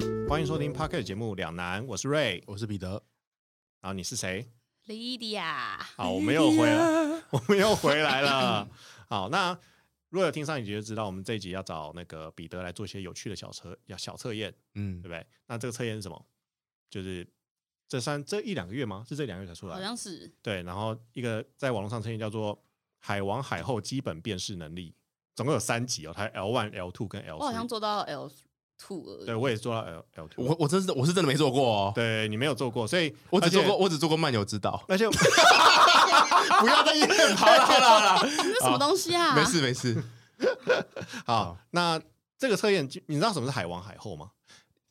听 p o c k e t 节目《两难》，我是 Ray，我是彼得，然后你是谁？莉迪亚，哦好，我们又回啊来， 我们又回来了。 好，那如果有听上一集就知道，我们这一集要找那个彼得来做一些有趣的小测要小测验，嗯对不，对？那这个测验是什么？就是这三这一两个月吗？是这两个月才出好来？像是对，然后一个在网络上测验叫做“海王海后基本辨识能力”，总共有三级哦，它 L one、L two 跟 L 我好像 three。做到 L two 而已。 对，我也做到 L L two。我我真是我是真的没做过哦，对你没有做过，所以我只做过而且，我只做过漫游之道 而且不要哎再夜跑了，好了好了，那什么东西啊？没事没事，好，那这个测验，你知道什么是海王海后吗？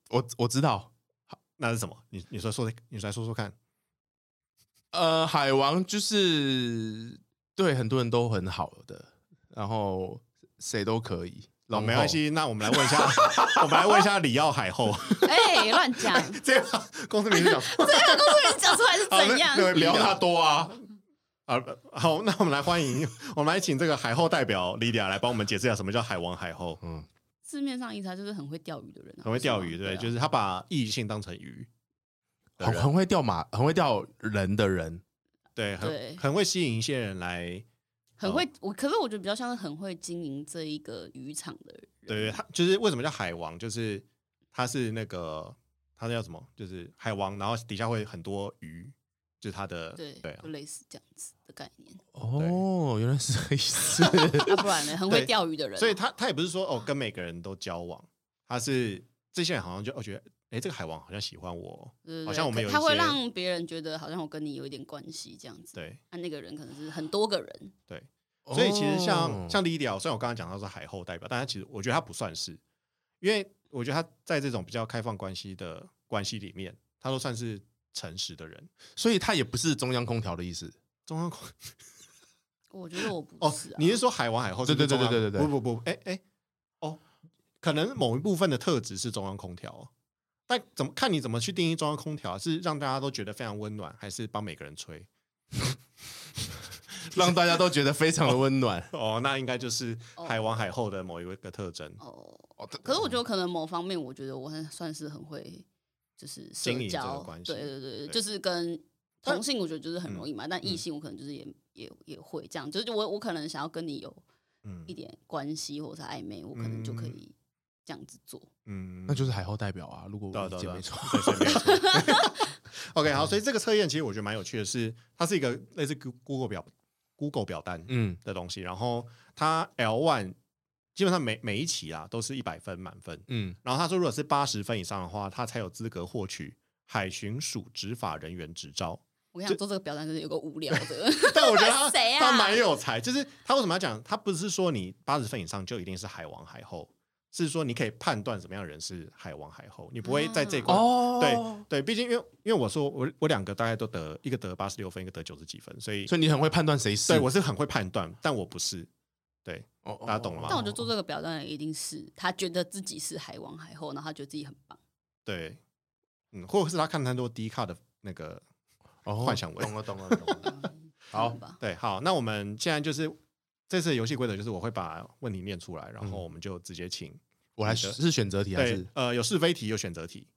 我我知道，那是什么？你你说说，你来说说看。呃，海王就是对很多人都很好的，然后谁都可以，哦，龙后没关，系，那我们来问一下， 我们来问一下里奥海后， 哎，乱 讲，这个公司名字讲 这讲出来是怎样好？那聊他多啊，啊，好，那我们来欢迎，我们来请这个海后代表莉莉亚来帮我们解释一下什么叫海王海后，嗯，字面上意思他就是很会钓鱼的人啊，很会钓鱼，是吗对，啊就是他把异性当成鱼，的很人很会钓马，很会钓人的人，对，很对很会吸引一些人来，哦很会。我可是我觉得比较像是很会经营这一个渔场的人。啊对，他就是为什么叫海王，就是他是那个他叫什么，就是海王，然后底下会很多鱼，就是他的对对啊就类似这样子的概念。哦，原来是这个意思，啊，不然呢？很会对钓鱼的人啊，所以他他也不是说哦跟每个人都交往，他是这些人好像就哦觉得哎这个海王好像喜欢我，对对对好像我们有一些他会让别人觉得好像我跟你有一点关系这样子。对那那个人可能是很多个人，对， 所以其实像、哦像 l i d i 虽然我刚刚讲到是海后代表，但他其实我觉得他不算是，因为我觉得他在这种比较开放关系的关系里面，他都算是诚实的人。所以他也不是中央空调的意思，中央空我觉得我不哦是啊，。你是说海王海后是不是对对对中央对对对不不不，哎哎哦，可能某一部分的特质是中央空调、哦，但怎么看你怎么去定义中央空调啊、是让大家都觉得非常温暖，还是帮每个人吹？。让大家都觉得非常的温暖哦，那应该就是海王海后的某一个特征，哦，哦这 可是我嗯觉得可能某方面，我觉得我很算是很会，就是社经营这个交，关系对对对，对嗯对就是跟但同性我觉得就是很容易嘛，但异性我可能就是也、也也会这样，就是我我可能想要跟你有嗯哦一点关系或者是暧昧，我可能就可以这样子做。嗯，那就是海后代表啊，如果对啊我理对啊对解啊没错，对所以没有错 OK，好，所嗯以这个测验其实我觉得蛮有趣的是，它是一个类似 Goo- Google 表 Google 表单 嗯，的东西，然后它 L one 基本上每每一期啊都是一百分满分，嗯，然后他说，如果是八十分以上的话，他才有资格获取海巡署执法人员执照。我跟你讲，做这个表单真的有个无聊 的，但我觉得他、谁啊他蛮有才，就是他为什么要讲？他不是说你八十分以上就一定是海王海后，是说你可以判断什么样的人是海王海后，你不会在这一关。哦对对，毕竟因为因为我说我我两个大概都得一个得八十六分，一个得九十几分，所以所以你很会判断谁是，对我是很会判断，但我不是。对，哦哦大家懂了吗但我觉得做这个表单的一定是他觉得自己是海王海后，然后他觉得自己很 棒。对，嗯，或者是他看太多低卡的那个哦幻想文懂了懂了 懂了。好这样嗯吧，对，好，那我们现在就是这次的游戏规则就是我会把问题念出来，然后我们就直接请、我来是选择题嗯还对是？呃有是非题有选择题，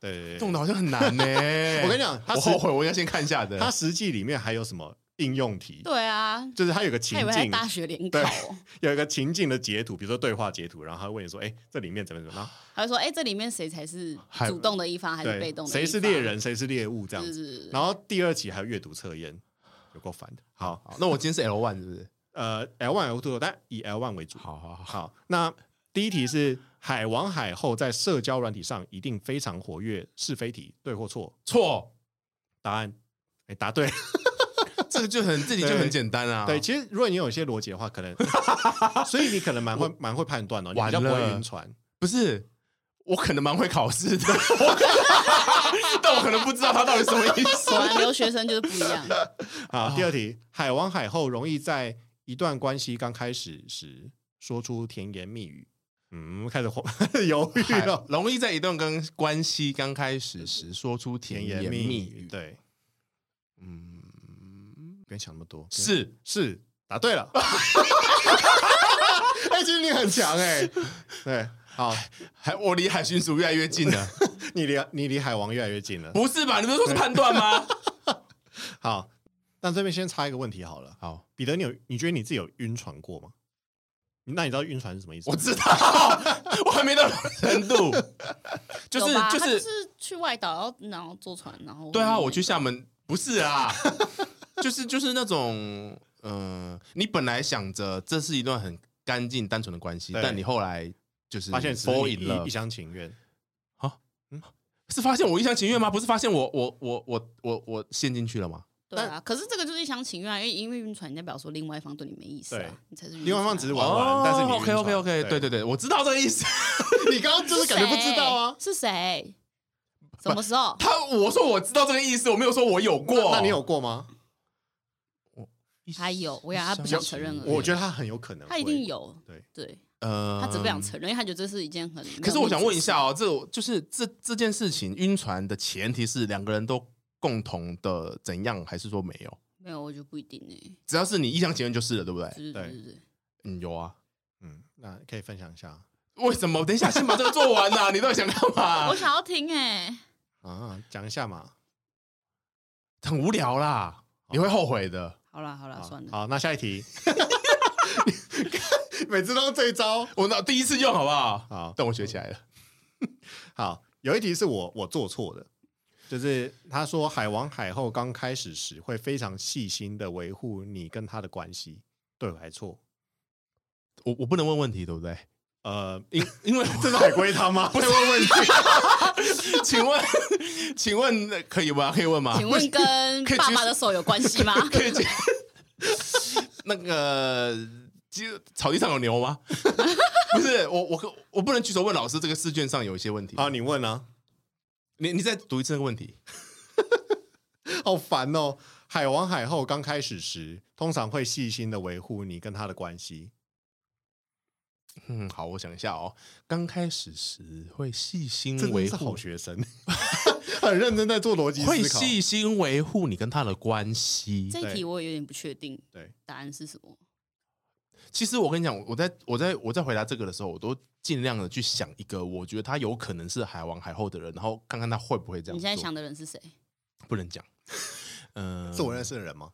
对对对动的好像很难呢。 我跟你讲，它我实后悔，我应该先看一下的。它实际里面还有什么应用题？对啊，就是它有个情他以为他在境，大学联考对哦，有一个情境的截图，比如说对话截图，然后他问你说：“哎、这里面怎么怎么样？他就说：“哎、这里面谁才是海主动的一方还是对被动的一方？谁是猎人，谁是猎物？”这对？”样就子。是然后第二期还有阅读测验，有够烦的。好，好那我今天是 L one 是不是？呃，L one L two，但以 L one 为主。好好好，好，那第一题是海王海后在社交软体上一定非常活跃，是非题对或错？错，答案，哎、答对。这个就很这题就很简单啊。对，，其实如果你有一些逻辑的话，可 能，所以你可能蛮会蛮会判断哦，你比较不完会了晕船。不是。我可能蛮会考试的， 但我可能不知道他到底什么意思。果 然留学生就是不一样。哦好，第二题，海王海后容易在一段关系刚开始时说出甜言蜜语。嗯，开始慌 犹豫哦海了。 容易在一段跟关系刚开始时说出甜甜言言蜜蜜语。语，对，嗯，不要想那么多。是是， 答对了。哎、其实你很强哎、对，好，海我离海巡署越来越近了，你离你离海王越来越近了。不是吧？你们说是判断吗？好，那这边先插一个问题好了，好，彼得，你有你觉得你自己有晕船过吗？那你知道晕船是什么意思吗？我知道， 我还没到那个程度，就是有吧就他是就，是去外岛，然后然后坐船，然后对啊，我去厦门不是啊， 就是就是那种，呃，你本来想着这是一段很干净单纯的关系，对但你后来就是发现只是 fall 一 in 了一一，厢情愿。是发现我一厢情愿吗？不是发现我我我我我我陷进去了吗？对啊，可是这个就是一厢情愿啊，因为因为晕船，人家表示说另外一方对你没意思对啊，你才是晕另外一方船啊只是玩玩但是你晕 OK 船 OK 哦 OK，对对对对，我知道这个意思。 你刚刚就是感觉不知道啊？是谁？什么时候？他我说我知道这个意思，我没有说我有过。那你有过吗？他有我呀他不想承认而已我觉得他很有可能，他一定。有，对对，呃他只不想承认，因为他觉得这是一件很……嗯可是我想问一下，哦，这就是这这件事情晕船的前提是两个人都共同的怎样，还是说没有？没有，我觉得不一定诶，只要是你一厢情愿就是了，对不对？对对对对对，嗯，有啊。嗯，那可以分享一下为什么？等一下，先把这个做完啊呐、你到底想干嘛 我？想要听欸诶，啊，讲一下嘛。很无聊啦，你会后悔的。好啦好啦，好啊算了，好，那下一题。 每次都是这一招。我那第一次用好不好？好但我学起来了。好，有一题是我我做错的，就是他说海王海后刚开始时会非常细心的维护你跟他的关系，对还错？我我不能问问题，对不对？呃，因因为这是 海龟汤吗？不是问问题，请问，请问可以吗？可以问吗？请问跟可以爸举爸手的手有关系吗？ 可以讲那个鸡草地上有牛吗？ 不是，我我我不能举手问老师，这个试卷上有一些问题。好，你问啊，你你再读一次那个问题。好烦哦。海王海后刚开始时，通常会细心的维护你跟他的关系。嗯，好，我想一下哦。刚开始时会细心这真嗯维是好护，学生， 很认真在做逻辑会思考。细心维护你跟他的关系。这一题我也有点不确定，对，答案是什么？其实我跟你讲，我在我在我在回答这个的时候，我都尽量的去想一个，我觉得他有可能是海王海后的人，然后看看他会不会这样做。你现在想的人是谁？不能讲，嗯、是我认识的人吗？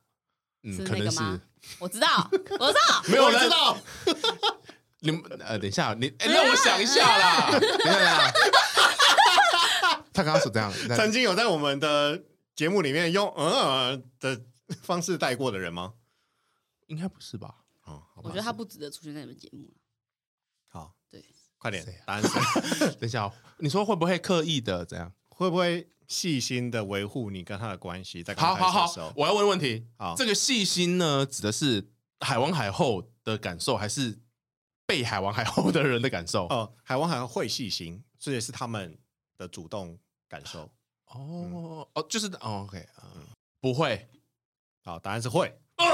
嗯，是可那能个是吗？我 知道，我知道，嗯没有我人知道，你们呃，等一下， 你哎，让我想一下啦，等一下啦。他刚刚是这 样，那曾经有在我们的节目里面用嗯的方式带过的人吗？应该不是吧？哦，好吧我觉得他不值得出现在你们节目了。好，对，快点谁啊，答案是 等一下哦，你说会不会刻意的怎样？会不会细心的维护你跟他的关系？在好刚开始好的时好候，，我要问问题。好这个细心呢，指的是海王海后的感受，还是被海王海后的人的感受？哦，海王好像会细心，这也是他们的主动感受。哦哦，就是哦，OK，啊嗯不会，好，答案是会。啊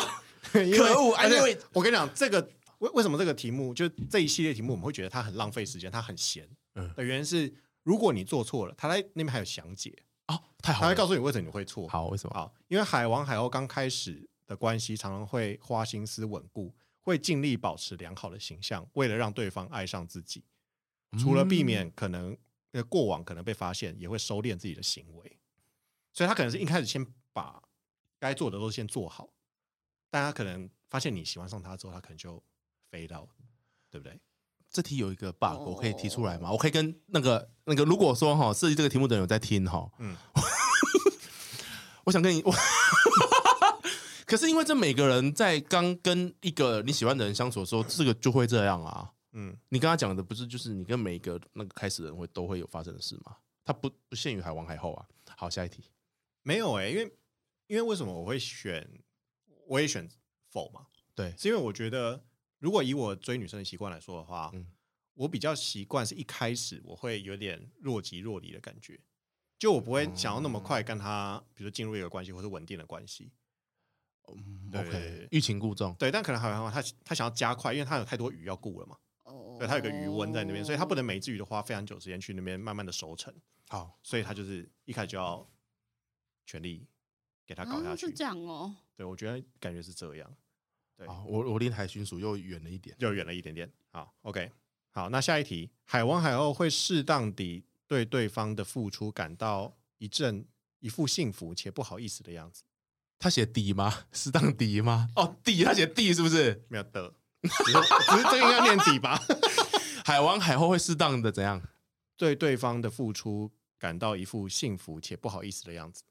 可恶而且 I knew it 我跟你讲，这个为为什么这个题目就这一系列题目，我们会觉得它很浪费时间，它很闲。嗯的原因是，如果你做错了，他在那边还有详解，哦，太他好会告了，诉你为什么你会错。好，为什么？好，因为海王海后刚开始的关系，常常会花心思稳固，会尽力保持良好的形象，为了让对方爱上自己。除了避免可能呃过往可能被发现，也会收敛自己的行为，所以他可能是一开始先把该做的都先做好，但他可能发现你喜欢上他之后，他可能就飞到，对不对？这题有一个 bug，哦我可以提出来吗？我可以跟那个那个，如果说哈设计这个题目的人有在听哈，嗯嗯， 我想跟你，我 可是因为这每个人在刚跟一个你喜欢的人相处的时候，这个就会这样啊。嗯，你刚刚讲的不是就是你跟每个那个开始的人会都会有发生的事吗？它不不限于海王海后啊。好，下一题。没有欸诶、因为因为为什么我会选，我也选否嘛，对，是因为我觉得如果以我追女生的习惯来说的话，嗯我比较习惯是一开始我会有点若即若离的感觉，就我不会想要那么快跟她，比如说进入一个关系或是稳定的关系。嗯对，OK，欲擒故纵。对，但可能海王他他想要加快，因为他有太多鱼要顾了嘛，哦对，他有个鱼温在那边，所以他不能每一只鱼都花非常久时间去那边慢慢的熟成，好，所以他就是一开始就要全力给他搞下啊去。是这样哦。对，我觉得感觉是这样，对哦好，我我离海巡署又远了一点。又远了一点点。好，OK，好，那下一题，海王海后会适当地对对方的付出感到一阵一副幸福且不好意思的样子，他写底吗？ 适当底吗？哦，底，他写地是不是？没有 的，只是只是这个应该念底吧？ 海王海后会适当的怎样？对对方的付出感到一副幸福且不好意思的样子，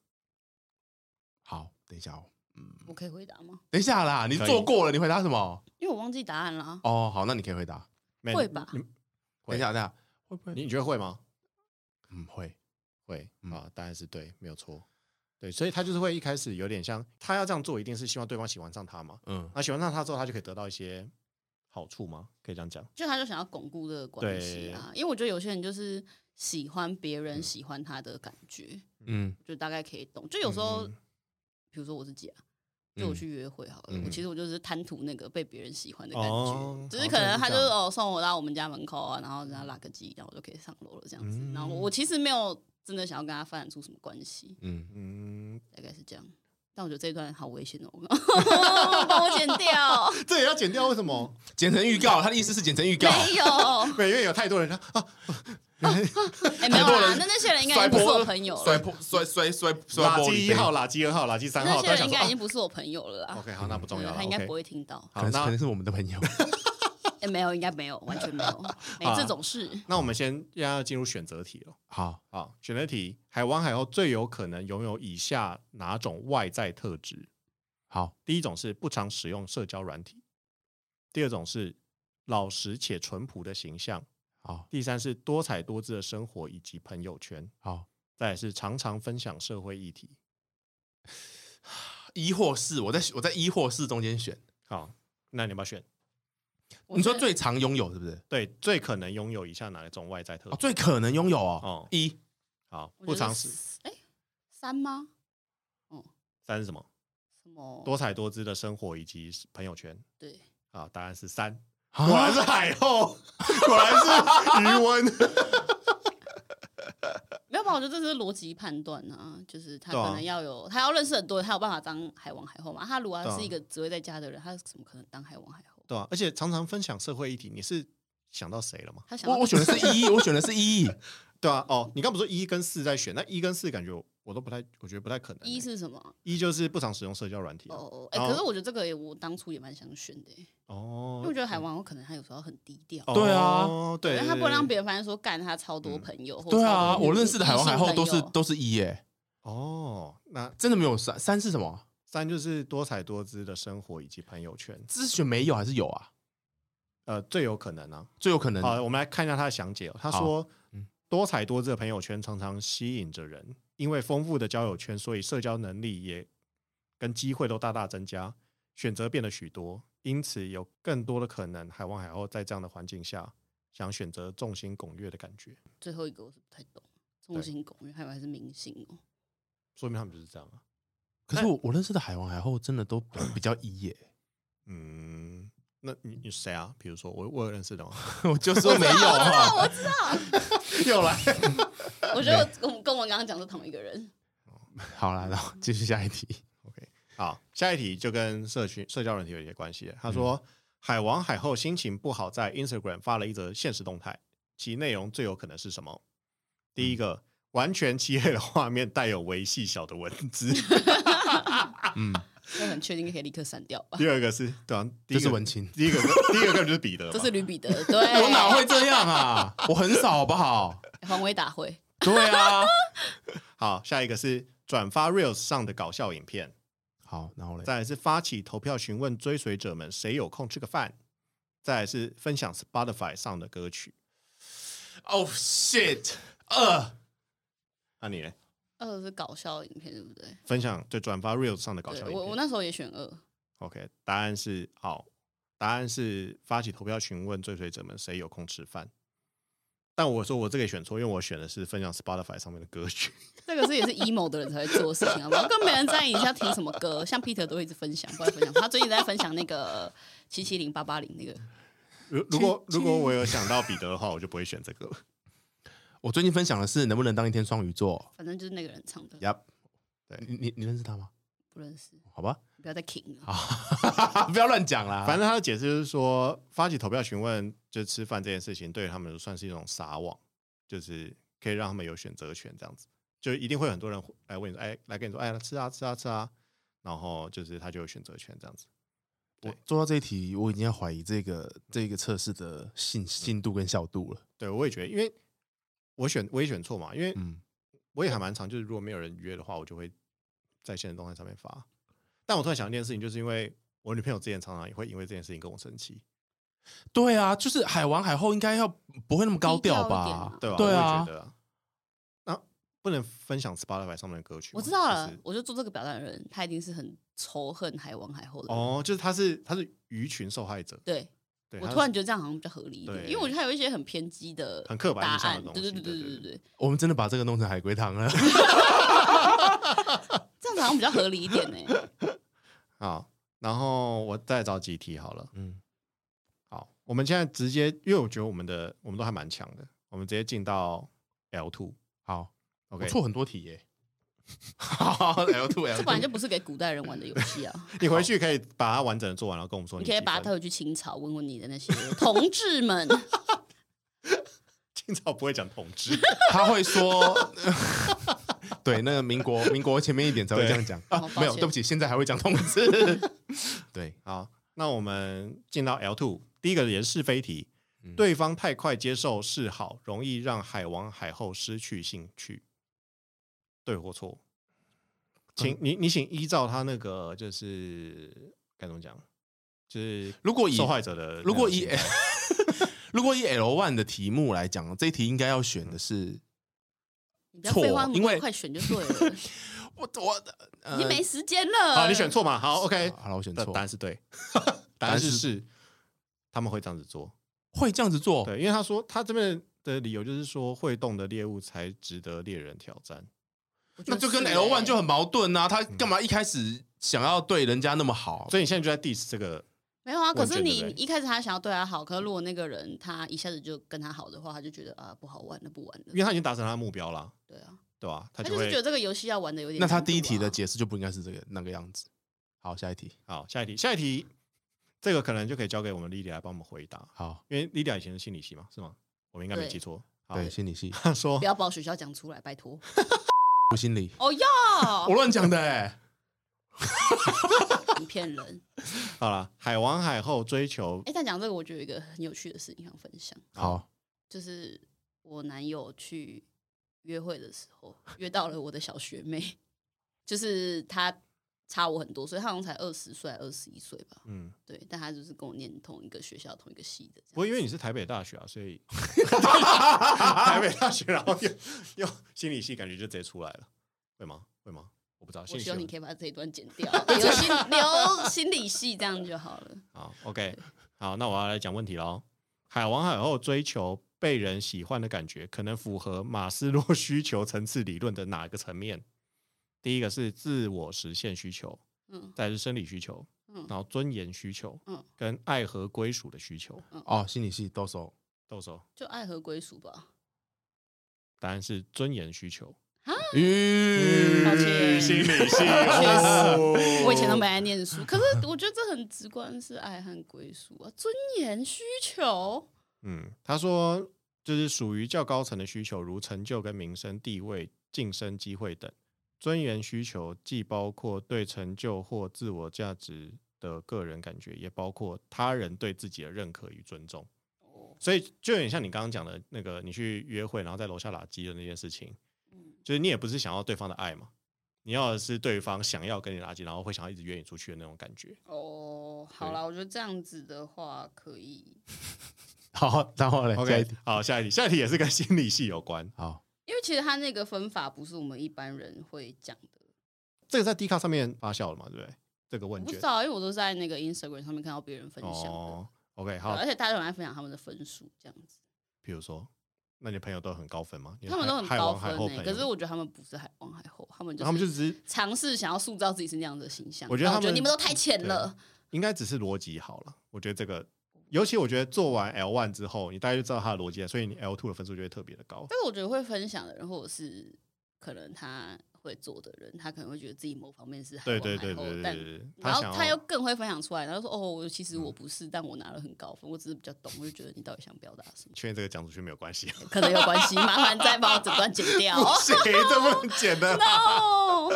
好，等一下哦，嗯，我可以回答吗？等一下啦，你可以做过了，你回答什么？因为我忘记答案了啊。哦，好，那你可以回答。 Man，会吧你会等一下，等一下，会不会？你你觉得会吗？嗯，会。会嗯啊，当然是对，没有错。对，所以他就是会一开始有点像他要这样做，一定是希望对方喜欢上他嘛。嗯，那喜欢上他之后，他就可以得到一些好处吗？可以这样讲。就他就想要巩固这个关系啊，因为我觉得有些人就是喜欢别人喜欢他的感觉，嗯，就大概可以懂。就有时候，嗯比如说我自己啊，就我去约会好了，嗯我其实我就是贪图那个被别人喜欢的感觉，哦只是可能他就是好像是这样哦送我到我们家门口啊，然后跟他拉个机，然后我就可以上楼了这样子。嗯然后我其实没有真的想要跟他发展出什么关系，嗯，嗯，大概是这样。但我觉得这一段好危险哦， 帮我剪 掉，这也要剪掉？为什么？剪成预告，他的意思是剪成预告。没 有。对，因为有太多人他啊，哎、没有很多啦人，那那些人应该摔已经不是破我朋友摔了，破摔摔摔摔垃玻圾璃一杯号、垃圾二号、垃圾三那号，些他人想应说该已经啊不是我朋友了啦。 OK，好，那不重要对了。他应该 OK 不会听到。可好，能可那能是我们的朋友。哎、没有，应该没有，完全没 有，没啊这种事。那我们先现在要进入选择题了。 好，好，选择题，海王海后最有可能拥有以下哪种外在特质？好，第一种是不常使用社交软体，第二种是老实且淳朴的形象，好，第三是多彩多姿的生活以及朋友圈，好。再来是常常分享社会议题。一或四，我在我在一或四中间选。好，那你要不要选？我你说觉得最常拥有是不是？对，最可能拥有以下哪一种外在特哦质？最可能拥有哦哦。一好，我觉不得常是使哎、三吗？三是什么？什么？多彩多姿的生活以及朋友圈。对，啊，答案是三，啊果然是海后，果然是余温。没有吧？我觉得这是逻辑判断啊，就是他对啊可能要有，他要认识很多人，他有办法当海王海后嘛。他如果对啊是一个只会在家的人，他怎么可能当海王海后？ 对啊，而且常常分享社会议题，你是想到谁了吗？他想我要我选的是一，我选的是 一。对啊，哦，你刚不是说一跟四在选，那一跟四感觉我我都不太，我觉得不太可能欸、一是什么？一就是不常使用社交软体哦啊、哦，哎、然后可是我觉得这个也我当初也蛮想选的、欸因为我哦，觉得海王可能他有时候很低调。哦嗯对啊对，因为他不能让对别人发现说干他超多朋友。或对超啊，多女我认识的海王海后都是异性朋友都是一耶，哦，那真的没有三。三是什么？三就是多彩多姿的生活以及朋友圈，这是选没有还是有啊？呃，最有可能啊。最有可能。好，我们来看一下他的详解、哦。他说嗯，多彩多姿的朋友圈常常吸引着人，因为丰富的交友圈，所以社交能力也跟机会都大大增加，选择变得许多，因此有更多的可能，海王海后在这样的环境下，想选择众星拱月的感觉，最后一个我是不太懂，众星拱月，还有还是明星哦。说明他们就是这样啊。可是我我认识的海王海后真的都比较一耶。嗯，那你你谁啊？比如说我我有认识的吗？ 我就说没有啊哈。我知道， 又来， 我觉得我跟我跟我刚刚讲是同一个人。 好啦，然后继续下一题。好，下一题就跟社群社交软体有一些关系了。他说，海王海后心情不好，在 Instagram 发了一则现实动态，其内容最有可能是什么？第一个，完全漆黑的画面带有微细小的文字；嗯，我很确定可以立刻删掉吧。第二个是，对啊，第一这个是文青第一个第一个根本就是彼得嘛，这是吕彼 得，对，我哪会这样啊？我很少好不好？黄伟打 会？ 对啊。好。下一个是转发 Reels 上的搞笑影片，好，然后嘞，再来是发起投票询问追随者们谁有空吃个饭，再来是分享 Spotify 上的歌曲。 Oh shit！呃，那、你呢？二哦是搞笑影片，对不对？分享就转发 Reels 上的搞笑影对，片。我我那时候也选二， OK，答案是好，答案是发起投票询问追随者们谁有空吃饭。但我说我这个也选错，因为我选的是分享 Spotify 上面的歌曲。这个是也是 emo 的人才会做的事情，好不好？跟别人在一起要听什么歌，像 Peter 都会一直分享，不然分享。他最近在分享那个七七零八八零那个，如如果如果我有想到彼得的话，我就不会选这个了。我最近分享的是能不能当一天双鱼座。反正就是那个人唱的， Yep，对你你你认识他吗？不不认识，好 吧？不要再 king 了。啊，不要乱讲啦。 反正他的解释就是说，发起投票询问就吃饭这件事情，对他们算是一种撒网，就是可以让他们有选择权，这样子就一定会有很多人来问你说，哎，来跟你说，哎，吃啊吃啊吃啊，然后就是他就有选择权这样子。我做到这一题，我已经要怀疑这个这个测试的信信度跟效度了。对我也觉得，因为我选我也选错嘛，因为嗯，我也还蛮常，就是如果没有人约的话，我就会在现实动态上面发。但我突然想到一件事情，就是因为我女朋友之前常常也会因为这件事情跟我生气，对啊，就是海王海后应该要不会那么高调低调一点吧啊？对吧？对我也啊觉，得啊，那不能分享 Spotify 上面的歌曲吗。我知道了就是，我就做这个表达的人，他一定是很仇恨海王海后的人。哦，就是他是他是鱼群受害者，对，对，我他突然是觉得这样好像比较合理一点，对因为我觉得他有一些很偏激的、很刻板答印象的案。东对对西对对对对对对，我们真的把这个弄成海龟汤 了。这样子好像比较合理一点呢。欸 好，然后我再找几题好了。嗯，好，我们现在直接，因为我觉得我们的我们都还蛮强的，我们直接进到 L two。好，我 OK，错很多题耶。好，L two L， 这本来就不是给古代人玩的游戏啊！ 你回去可以把它完整的做完，然后跟我们说你你可以几把它分带回去清朝，问问你的那些同志 们。清朝不会讲统治，他会 说，对，那个民国民国前面一点才会这样讲哦抱啊，歉没有，对不起，现在还会讲同志。 对，好，那我们进到 L two，第一个也是是非题，嗯对方太快接受示好，容易让海王海后失去兴趣，对或错？嗯请你你请依照他那个就是该怎么讲，就是如果以受害者的如果那种以心态 如果以 L one 的题目来讲，这一题应该要选的是你不要废话那错么因多，为快选就 对了，我我呃你没时间了。好，你选错嘛？好，OK，好了，我选答 错答，案是 对，答案是是，他们会这样子做，会这样子做，对，因为他说他这边的理由就是说会动的猎物才值得猎人挑战。我觉那得就跟是 L one 欸就很矛盾啊！他干嘛一开始想要对人家那么好？所以你现在就在 diss 这个，没有啊。可问是卷对你不对一开始他想要对他好，可是如果那个人他一下子就跟他好的话，他就觉得啊不好玩了，不玩因了。为他已经达成他的目标了，对啊，对吧？他他就就是会觉得这个游戏要玩的有点难那度啊。他第一题的解释就不应该是这个那个样子。好，下一题，好。下一题，下一题，这个可能就可以交给我们莉莉来帮我们回答，好，因为莉莉以前是心理系嘛，是吗？我们应该没记错。好，对，心理系，他说不要把我学校讲出来，拜托。不心理，哦哟，我乱讲的哎，你骗人！好了，海王海后追求哎，但讲这个，我就有一个很有趣的事情想分享，好，就是我男友去约会的时候，约到了我的小学妹，就是她差我很多岁，她好像才二十岁、二十一岁吧。嗯，对，但她就是跟我念同一个学校、同一个系的这不过样。因为你是台北大学啊，所 以台北大学，然后又又心理系，感觉就直接出来了，会吗？会吗？我不知道，心我理希系望你哦有可以把这一段剪掉，留 心留心理系这样就好了。好，OK，好，那我要来讲问题喽。海王海后追求被人喜欢的感觉，可能符合马斯洛需求层次理论的哪个层面？第一个是自我实现需求，嗯再来是生理需求，嗯然后尊严需求，嗯跟爱和归属的需求。哦，心理系都收，到时候就爱和归属吧。答案是尊严需求。咦抱歉嗯心 理系哦哦，我以前都没爱念书，可是我觉得这很直观，是爱和归属啊，尊严需求。嗯，他说就是属于较高层的需求，如成就跟名声、地位、晋升机会等。尊严需求既包括对成就或自我价值的个人感觉，也包括他人对自己的认可与尊重。所以就有点像你刚刚讲的那个，你去约会然后在楼下拉鸡的那件事情，就是你也不是想要对方的爱嘛，你要的是对方想要跟你拉鸡，然后会想要一直约你出去的那种感觉。哦，好啦，我觉得这样子的话可以，好，然后嘞，下一 OK，题，好，下一题，下一题也是跟心理系有关。好，因为其实他那个分法不是我们一般人会讲的。这个在 D 卡上面发酵了嘛，对不对？这个我问不知卷道，因为我都是在那个 Instagram 上面看到别人分享的，哦，OK，对好而，且大家都很爱分享他们的分数这样子，比如说，那你朋友都很高分吗？你的他们都很海海高王海分后诶、朋友，可是我觉得他们不是海王海后，他们就是他们就只是尝试想要塑造自己是那样的形象。我觉得然后他们你们都太浅了。应该只是逻辑好了。我觉得这个，尤其我觉得做完 L one 之后，你大概就知道他的逻辑了，所以你 L two 的分数就会特别的高。但是我觉得会分享的人，或者是可能他会做的人，他可能会觉得自己某方面是还对完对对还后对对但对，对然后想他要嗯又更会分享出来，然后说：“哦，我其实我不是，但我拿了很高分，我只是比较懂。”我就觉得你到底想表达什么？确认这个讲出去没有关系，可能有关系，麻烦再帮我整段剪掉。谁这么简单？哦，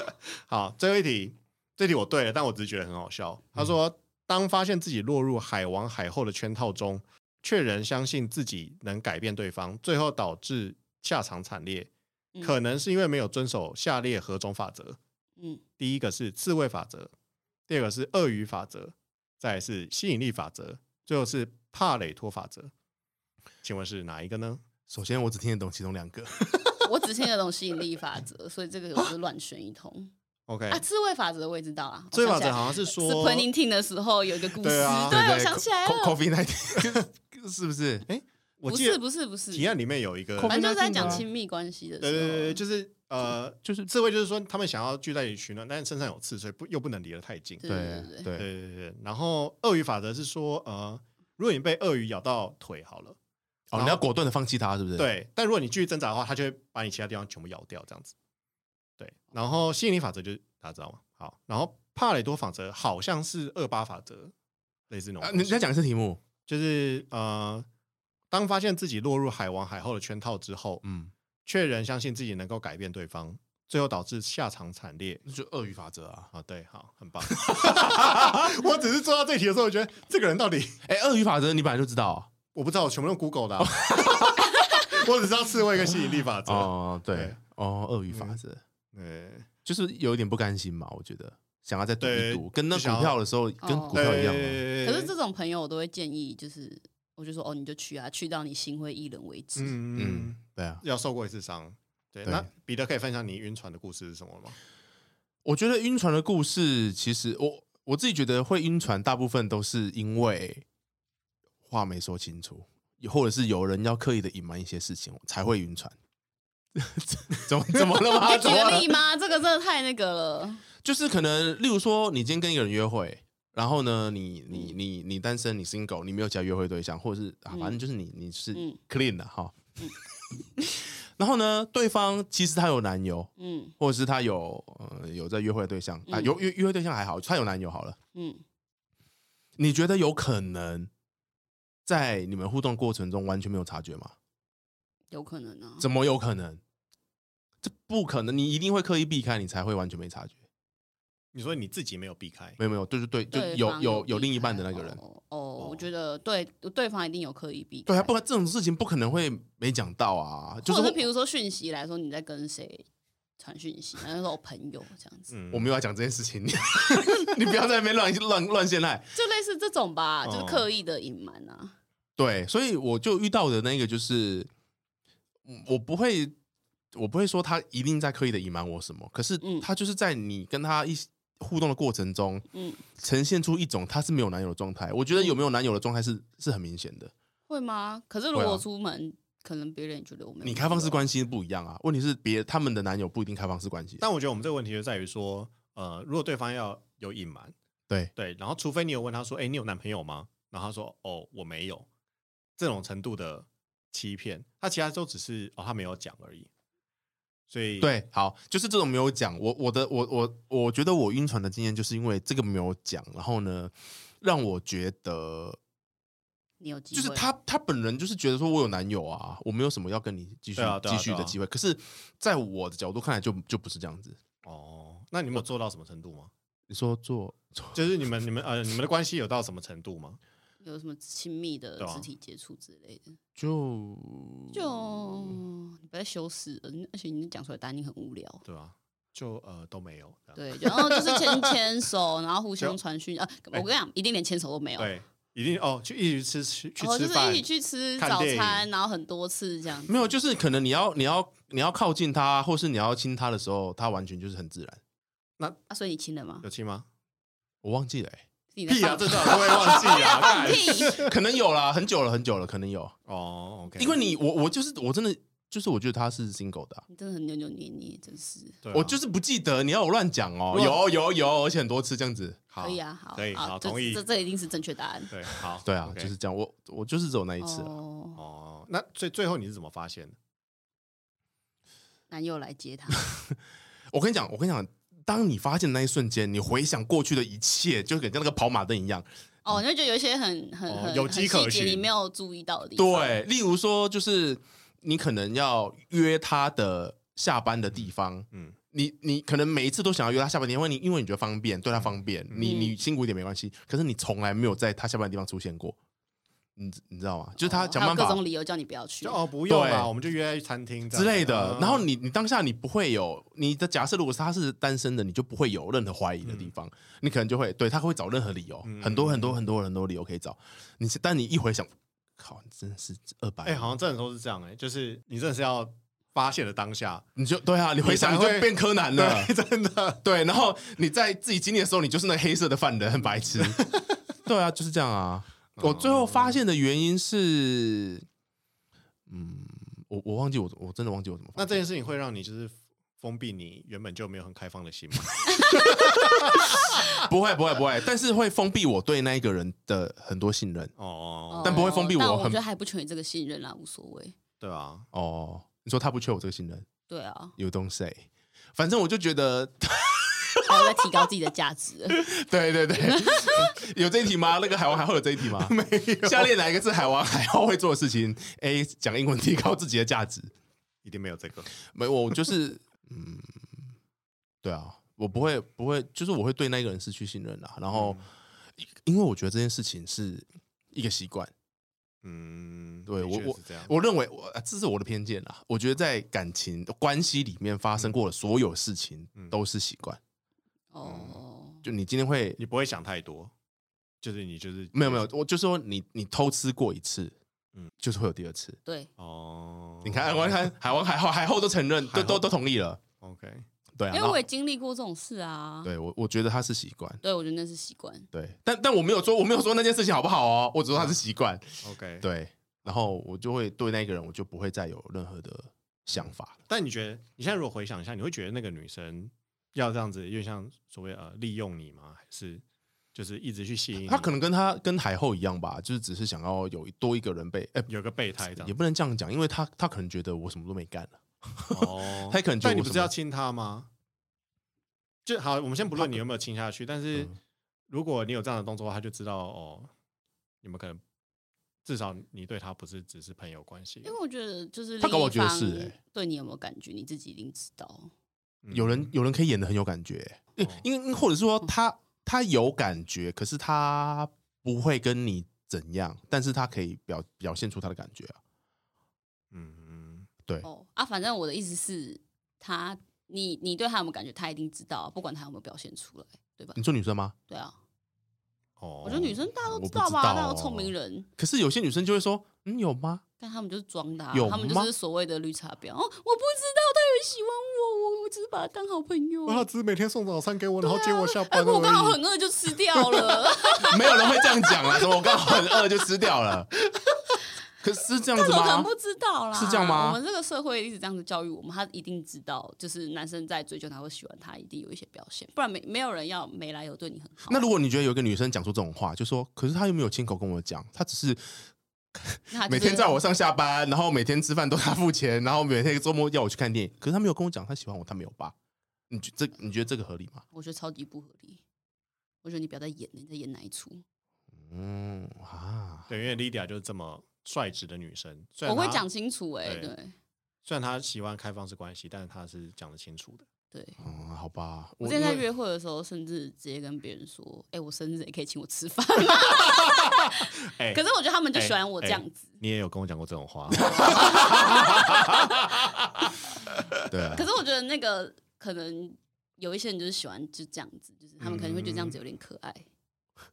好，最后一题，这题我对了，但我只是觉得很好笑。嗯他说，当发现自己落入海王海后的圈套中，却仍相信自己能改变对方，最后导致下场惨烈，嗯可能是因为没有遵守下列何种法则：嗯第一个是刺猬法则，第二个是鳄鱼法则，再来是吸引力法则，最后是帕累托法则。请问是哪一个呢？首先，我只听得懂其中两个，我只听得懂吸引力法则，所以这个我就乱选一通 OK，啊。刺猬法则我也知道啊，刺猬法则我好像是想起来说是 p e n i n g 的时候有一个故事，对啊对我想起来了， ，COVID nineteen 是不是？我不记是得不是不是，提案里面有一个，反正就是在 COVID-19 讲吗亲密关系的时对对对对，候，就是呃，就是刺猬就是说他们想要聚在一起取暖，但是身上有刺，所以不又不能离得太近。对对对对，对对对。然后鳄鱼法则是说，呃，如果你被鳄鱼咬到腿好了，哦，你要果断的放弃它，是不是？，对，但如果你继续挣扎的话，它就会把你其他地方全部咬掉，这样子。对，然后吸引力法则就是大家知道吗？好，然后帕累多法则好像是二八法则，类似那种啊，东西、你再讲一次题目。就是呃，当发现自己落入海王海后的圈套之后，嗯，却仍相信自己能够改变对方，最后导致下场惨烈。那就鳄鱼法则啊。啊，对，好，很棒。 我只是做到这题的时候，我觉得这个人到底哎，鳄鱼法则你本来就知道啊我不知道，我全部用 Google 的啊、 我只知道刺猬跟吸引力法则。哦，对对，嗯哦，鳄鱼法则对就是有一点不甘心嘛，我觉得想要再赌一对赌，跟那就股想要票的时候跟哦股票一样啊。对，可是这种朋友我都会建议，就是我就说哦，你就去啊，去到你心灰意冷为止。嗯嗯嗯，，对啊，要受过一次伤。对，对那彼得可以分享你晕船的故事是什么吗？我觉得晕船的故事，其实我我自己觉得会晕船，大部分都是因为话没说清楚，或者是有人要刻意的隐瞒一些事情才会晕船。 怎么怎么了可吗？以举怎么个了例吗？这个真的太那个了。就是可能，例如说，你今天跟一个人约会，然后呢，你你你你单身，你 single，你没有其他约会对象，或者是啊，嗯反正就是你你是嗯 clean 的哈。然后呢，对方其实她有男友，嗯或者是她有呃有在约会的对象啊，嗯有约约会对象还好，她有男友好了。嗯，你觉得有可能在你们互动过程中完全没有察觉吗？有可能啊。怎么有可能？这不可能，你一定会刻意避开，你才会完全没察觉。你说你自己没有避开，没有没有，对对对，就对有方有避有另一半的开那个人，哦，哦我觉得对对方一定有刻意避开。对啊，不然这种事情不可能会没讲到啊。就或是者我是比如说讯息来说，你在跟谁传讯息，然后说我哦朋友这样子，嗯，我没有要讲这件事情，你 你不要在那边乱乱乱陷害。就类似这种吧，哦就是刻意的隐瞒啊。对，所以我就遇到的那个就是，嗯我不会，我不会说他一定在刻意的隐瞒我什么，可是嗯他就是在你跟他一起互动的过程中，嗯，呈现出一种他是没有男友的状态。我觉得嗯有没有男友的状态是是很明显的。会吗？可是如果会啊我出门，可能别人也觉得我没有。你开放式关系不一样啊，问题是别他们的男友不一定开放式关系。但我觉得我们这个问题就在于说，呃，如果对方要有隐瞒，对对，然后除非你有问他说：“哎、你有男朋友吗？”然后他说：“哦，我没有。”这种程度的欺骗，他其他都只是哦，他没有讲而已。所以，对，好，就是这种没有讲。我我的我我我觉得我晕船的经验就是因为这个没有讲，然后呢，让我觉得你有机就会，是他他本人就是觉得说我有男友啊，我没有什么要跟你继续、对啊对啊继续的对啊机会。可是，在我的角度看来就，就不是这样子。哦，那你们有做到什么程度吗？你说做做就是你们、你们呃、你们的关系有到什么程度吗？有什么亲密的对啊肢体接触之类的，就就你不要修饰了，而且你讲出来答案你很无聊。对吧、就呃都没有。这样对，然后就是牵 牵手，然后互就相传讯啊。我哎跟你讲，一定连牵手都没有。对，一定哦，去一起吃去去然后吃哦就是饭，一起去吃看早电影餐，然后很多次这样子。没有，就是可能你要你要你要靠近他，或是你要亲他的时候，他完全就是很自然。啊，所以你亲了吗？有亲吗？我忘记了、欸，你在屁啊，放这 当然会忘记啊干屁！可能有啦，很久了，很久了，可能有。哦，OK，因为你我我就是我真的就是我觉得他是 single 的啊、你真的很扭扭捏捏，真是对啊我就是不记得，你要我乱讲哦，如果有有有，而且很多次这样子，好可以啊，好，可以，好，这同意这，这一定是正确答案。对，好，对啊 OK 就是这样，我我就是只有那一啊次啊了，哦，哦，那最最后你是怎么发现的？男友来接他，我跟你讲，我跟你讲，当你发现那一瞬间，你回想过去的一切，就跟那个跑马灯一样。哦，你会觉得有一些很很哦很有迹可很细节循你没有注意到的地方。对，例如说，就是你可能要约他的下班的地方，嗯，你你可能每一次都想要约他下班的地方，因为你因为你觉得方便，对他方便，嗯你你辛苦一点没关系，可是你从来没有在他下班的地方出现过，你你知道吗？就是他哦想还有办法各种理由叫你不要 去就。哦不用啦，对我们就约在餐厅这样之类的嗯，然后你你当下你不会有你的假设，如果是他是单身的，你就不会有任何怀疑的地嗯方，你可能就会对他会找任何理由，嗯很多很多很多很多理由可以找。你是但你一回想，靠，你真是二百，哎、好像真的都是这样哎、就是你真的是要发泄的当下，你就对啊，你回想你你才就会变柯南了，对，真的，对， 然后你在自己经历的时候，你就是那个黑色的犯人，很白痴。 对啊，就是这样啊。我最后发现的原因是，嗯，我我忘记我我真的忘记我怎么发那现。这件事情会让你就是封闭你原本就没有很开放的心 吗？不会不会不会，但是会封闭我对那一个人的很多信任。哦哦，但不会封闭我但很觉得还不缺你这个信任啦，无所谓。对啊，哦，你说他不缺我这个信任对啊， ，You don't say。反正我就觉得， 还有在提高自己的价值。对对 对，有这一题吗？那个海王还会有这一题吗？ 没有。 下列哪一个是海王海后会做的事情？A. 讲英文提高自己的价值。一定没有这个。没有，我就是 嗯，对啊，我不会不会，就是我会对那个人失去信任啊。然后，因因为我觉得这件事情是一个习惯，嗯，对的我确我是这样，我认为我啊这是我的偏见啦。我觉得在感情关系里面发生过的所有事情嗯都是习惯，哦，就你今天会你不会想太多，就是你就是没有没有，我就说你你偷吃过一次，嗯嗯，就是会有第二次。对，哦，你看，我看海王海后海后都承认，海都后都都同意了， ，OK，对啊。因为然后我也经历过这种事啊。对我我觉得他是习惯。对，我觉得那是习惯。对，但但我没有说我没有说那件事情好不好哦，我只嗯说他是习惯。 OK，。对，然后我就会对那个人，我就不会再有任何的想法。但你觉得你现在如果回想一下，你会觉得那个女生要这样子，有点像所谓呃利用你吗？还是就是一直去吸引你？他可能跟他跟海后一样吧，就是只是想要有多一个人被，哎、有个备胎这样也。不能这样讲，因为他他可能觉得我什么都没干了。 哦他可能觉得但你我不什是么要亲他吗？就好，我们先不论你有没有亲下去，但是嗯如果你有这样的动作的话，他就知道哦，你们可能至少你对他不是只是朋友关系因。为我觉得就是他搞不好另一觉得是方欸对你有没有感觉，你自己一定知道。嗯有人有人可以演的很有感觉、因哦因为或者是说他他有感觉，可是他不会跟你怎样，但是他可以表表现出他的感觉啊。嗯嗯对哦啊，反正我的意思是，他你你对他有没有感觉，他一定知道啊，不管他有没有表现出来，对吧你？说女生吗？对啊，哦，我觉得女生大家我都不知道知吧，道大家哦都聪明人，可是有些女生就会说，嗯，有吗？但他们就是装的、啊有，他们就吗是所谓的绿茶婊。哦，我不知道他有喜欢我，我我只是把他当好朋友。他只是每天送早餐给我，然后接我下哎，班我刚好而已。很饿就吃掉了， 没有人会这样讲啊！什么我刚好很饿就吃掉了，可是这样他子怎么可能吗？不知道啦？啊是这样吗我们这个社会一直这样子教育我们，他一定知道，就是男生在追求他或喜欢他，一定有一些表现，不然没没有人要没来由对你很好。那如果你觉得有一个女生讲出这种话，就说，可是她又没有亲口跟我讲，她只是那啊他就每是天载我上下班，然后每天吃饭都她付钱，然后每天周末要我去看电影，可是她没有跟我讲她喜欢我，她没有吧？你觉这你觉得这个合理吗？我觉得超级不合理。我觉得你不要再演了，你在演哪一出？嗯啊，对，因为 Lydia 就是这么率直的女生，虽我然她会讲，清楚哎、对对虽然她喜欢开放式关系，但是她是讲得清楚的。对。嗯，好吧，我我之前在因为约会的时候，甚至直接跟别人说：“哎、我生日也可以请我吃饭吗？”哎可是我觉得他们就喜欢我这样子。你也有跟我讲过这种话，对啊可，是我觉得那个可能有一些人就是喜欢就这样子，就是他们可能会觉得这样子有点可爱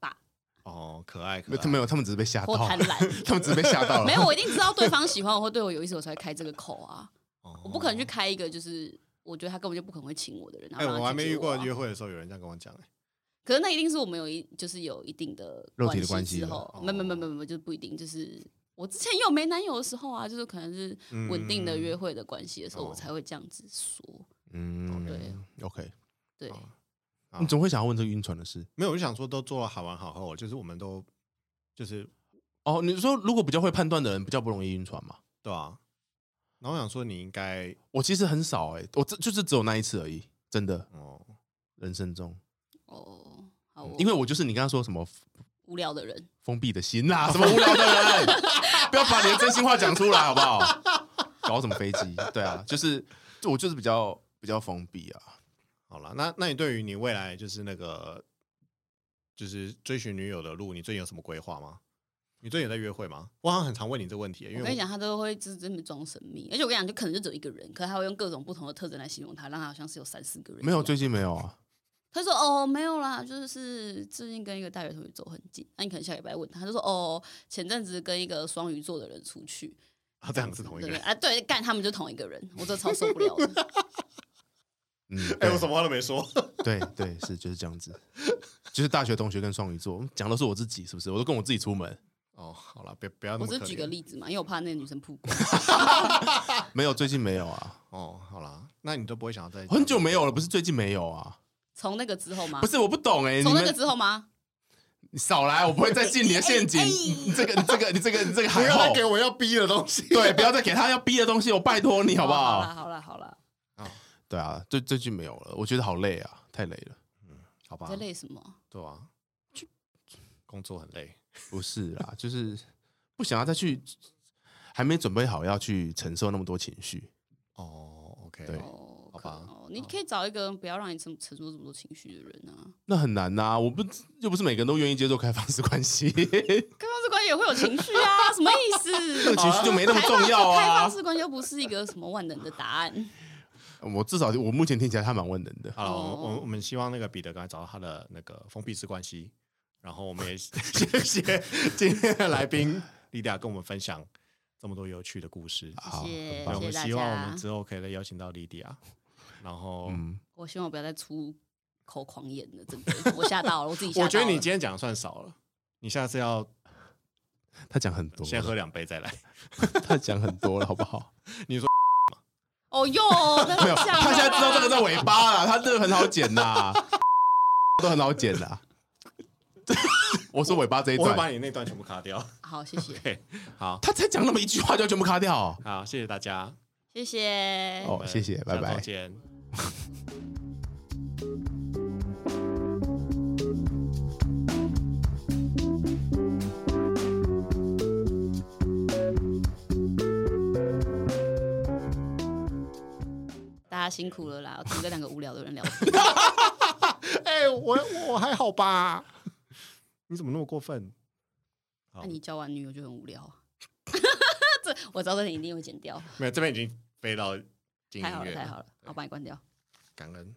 吧，哦，可爱，可没爱他 没有，他们只是被吓或到，贪婪。 他们只是被吓到了， 没有，我一定知道对方喜欢我或对我有意思，我才会开这个口啊。哦我不可能去开一个就是我觉得他根本就不可能会请我的人。然哎、后让他我还没拒绝遇我过啊约会的时候有人这样跟我讲、哎，可是那一定是我们有一就是有一定的肉体的关系系之了后，没没没没没，就是不一定。就是我之前也有没男友的时候啊，就是可能是稳定的约会的关系的时候，嗯我才会这样子说。嗯，，OK，对，哦你总会想要问这个晕船的事没有，我就想说都做了好完好后，就是我们都就是哦？你说如果比较会判断的人，比较不容易晕船吗？对啊。然后我想说你应该欸我其实很少哎、我这就是只有那一次而已。真的哦，人生中，哦，好哦，因为我就是你刚刚说什么无聊的人，封闭的心啊呐、什么无聊的人， 不要把你的真心话讲出来好不好？搞什么飞机？对啊，就是我就是比较比较封闭啊，好了，那那你对于你未来就是那个就是追寻女友的路，你最近有什么规划吗？你最近有在约会吗？我好像很常问你这个问题，因为我跟你讲，他都会就是这么装神秘，而且我跟你讲，就可能就只有一个人，可是他会用各种不同的特征来形容他，让他好像是有三四个人一样。没有最近没有啊，他说哦没有啦，就是最近跟一个大学同学走很近，那、你可能下礼拜问他，他就说哦前阵子跟一个双鱼座的人出去，啊，这样是同一个对人。啊对，干他们就同一个人，我这超受不 了的。嗯，哎、对我什么话都没 说。对对是就是这样子，就是大学同学跟双鱼座讲的是我自己是不是？我都跟我自己出门，哦，好了，别不要那我么只可是举个怜例子嘛，因为我怕那个女生曝光。没有最近没有啊，哦，好啦，那你都不会想要再很久没有了，不是最近没有啊，从那个之后吗不？是我不懂哎、你从那个们之后吗？ 你少来，我不会再进你的陷阱，哎哎你这个你这个你这个你这个不还要好再。给我要逼的东 西。对，不要再给他要逼的东西，我拜托你好不好？好啦好啦好啦，哦，对啊，最最近没有了，我觉得好累啊，太累了。好你吧在，累什么？对啊，工作很累。不是啦，就是不想要再去，还没准备好要去承受那么多情绪。哦，OK，对哦，好可吧哦，你可以找一个不要让你承承受这么多情绪的人啊。那很难呐、我不又不是每个人都愿意接受开放式关系， 开放式关系也会有情绪啊，什么意 思？那个情绪就没那么重要开放啊。式关系又不是一个什么万能的答案。我至少我目前听起来他蛮万能的。好了，我们我哦们我们希望那个彼得刚才找到他的那个封闭式关系，然后我 们也谢谢今天的来宾莉迪亚跟我们分享这么多有趣的故事。好，很谢那我棒谢们大希望我们家之后可以再邀请到莉迪亚，然后。嗯，我希望我不要再出口狂言了，真的，我吓到了，我自己吓到我了。觉得你今天讲的算少了，你下次要他讲很多，先喝两杯再来。他讲很多了，好不好？哦哟，没没有，他现在知道这个在尾巴了，他这个很好剪呐， 都很好剪的。 我说尾巴这一我会把段，你那段全部卡掉。好，谢谢， OK，好他才讲那么一句话就全部卡掉哦。好，谢谢大家。谢谢。哦，谢谢，拜下拜周。见。大家辛苦了啦，我听这两个无聊的人聊天。哎、我我还好吧？ 你怎么那么过分？好那啊你交完女友就很无聊啊。 这我知道，这你一定会剪掉。没有，这边已经飞到金音太好了，乐太了，好了，我帮你关掉。感恩。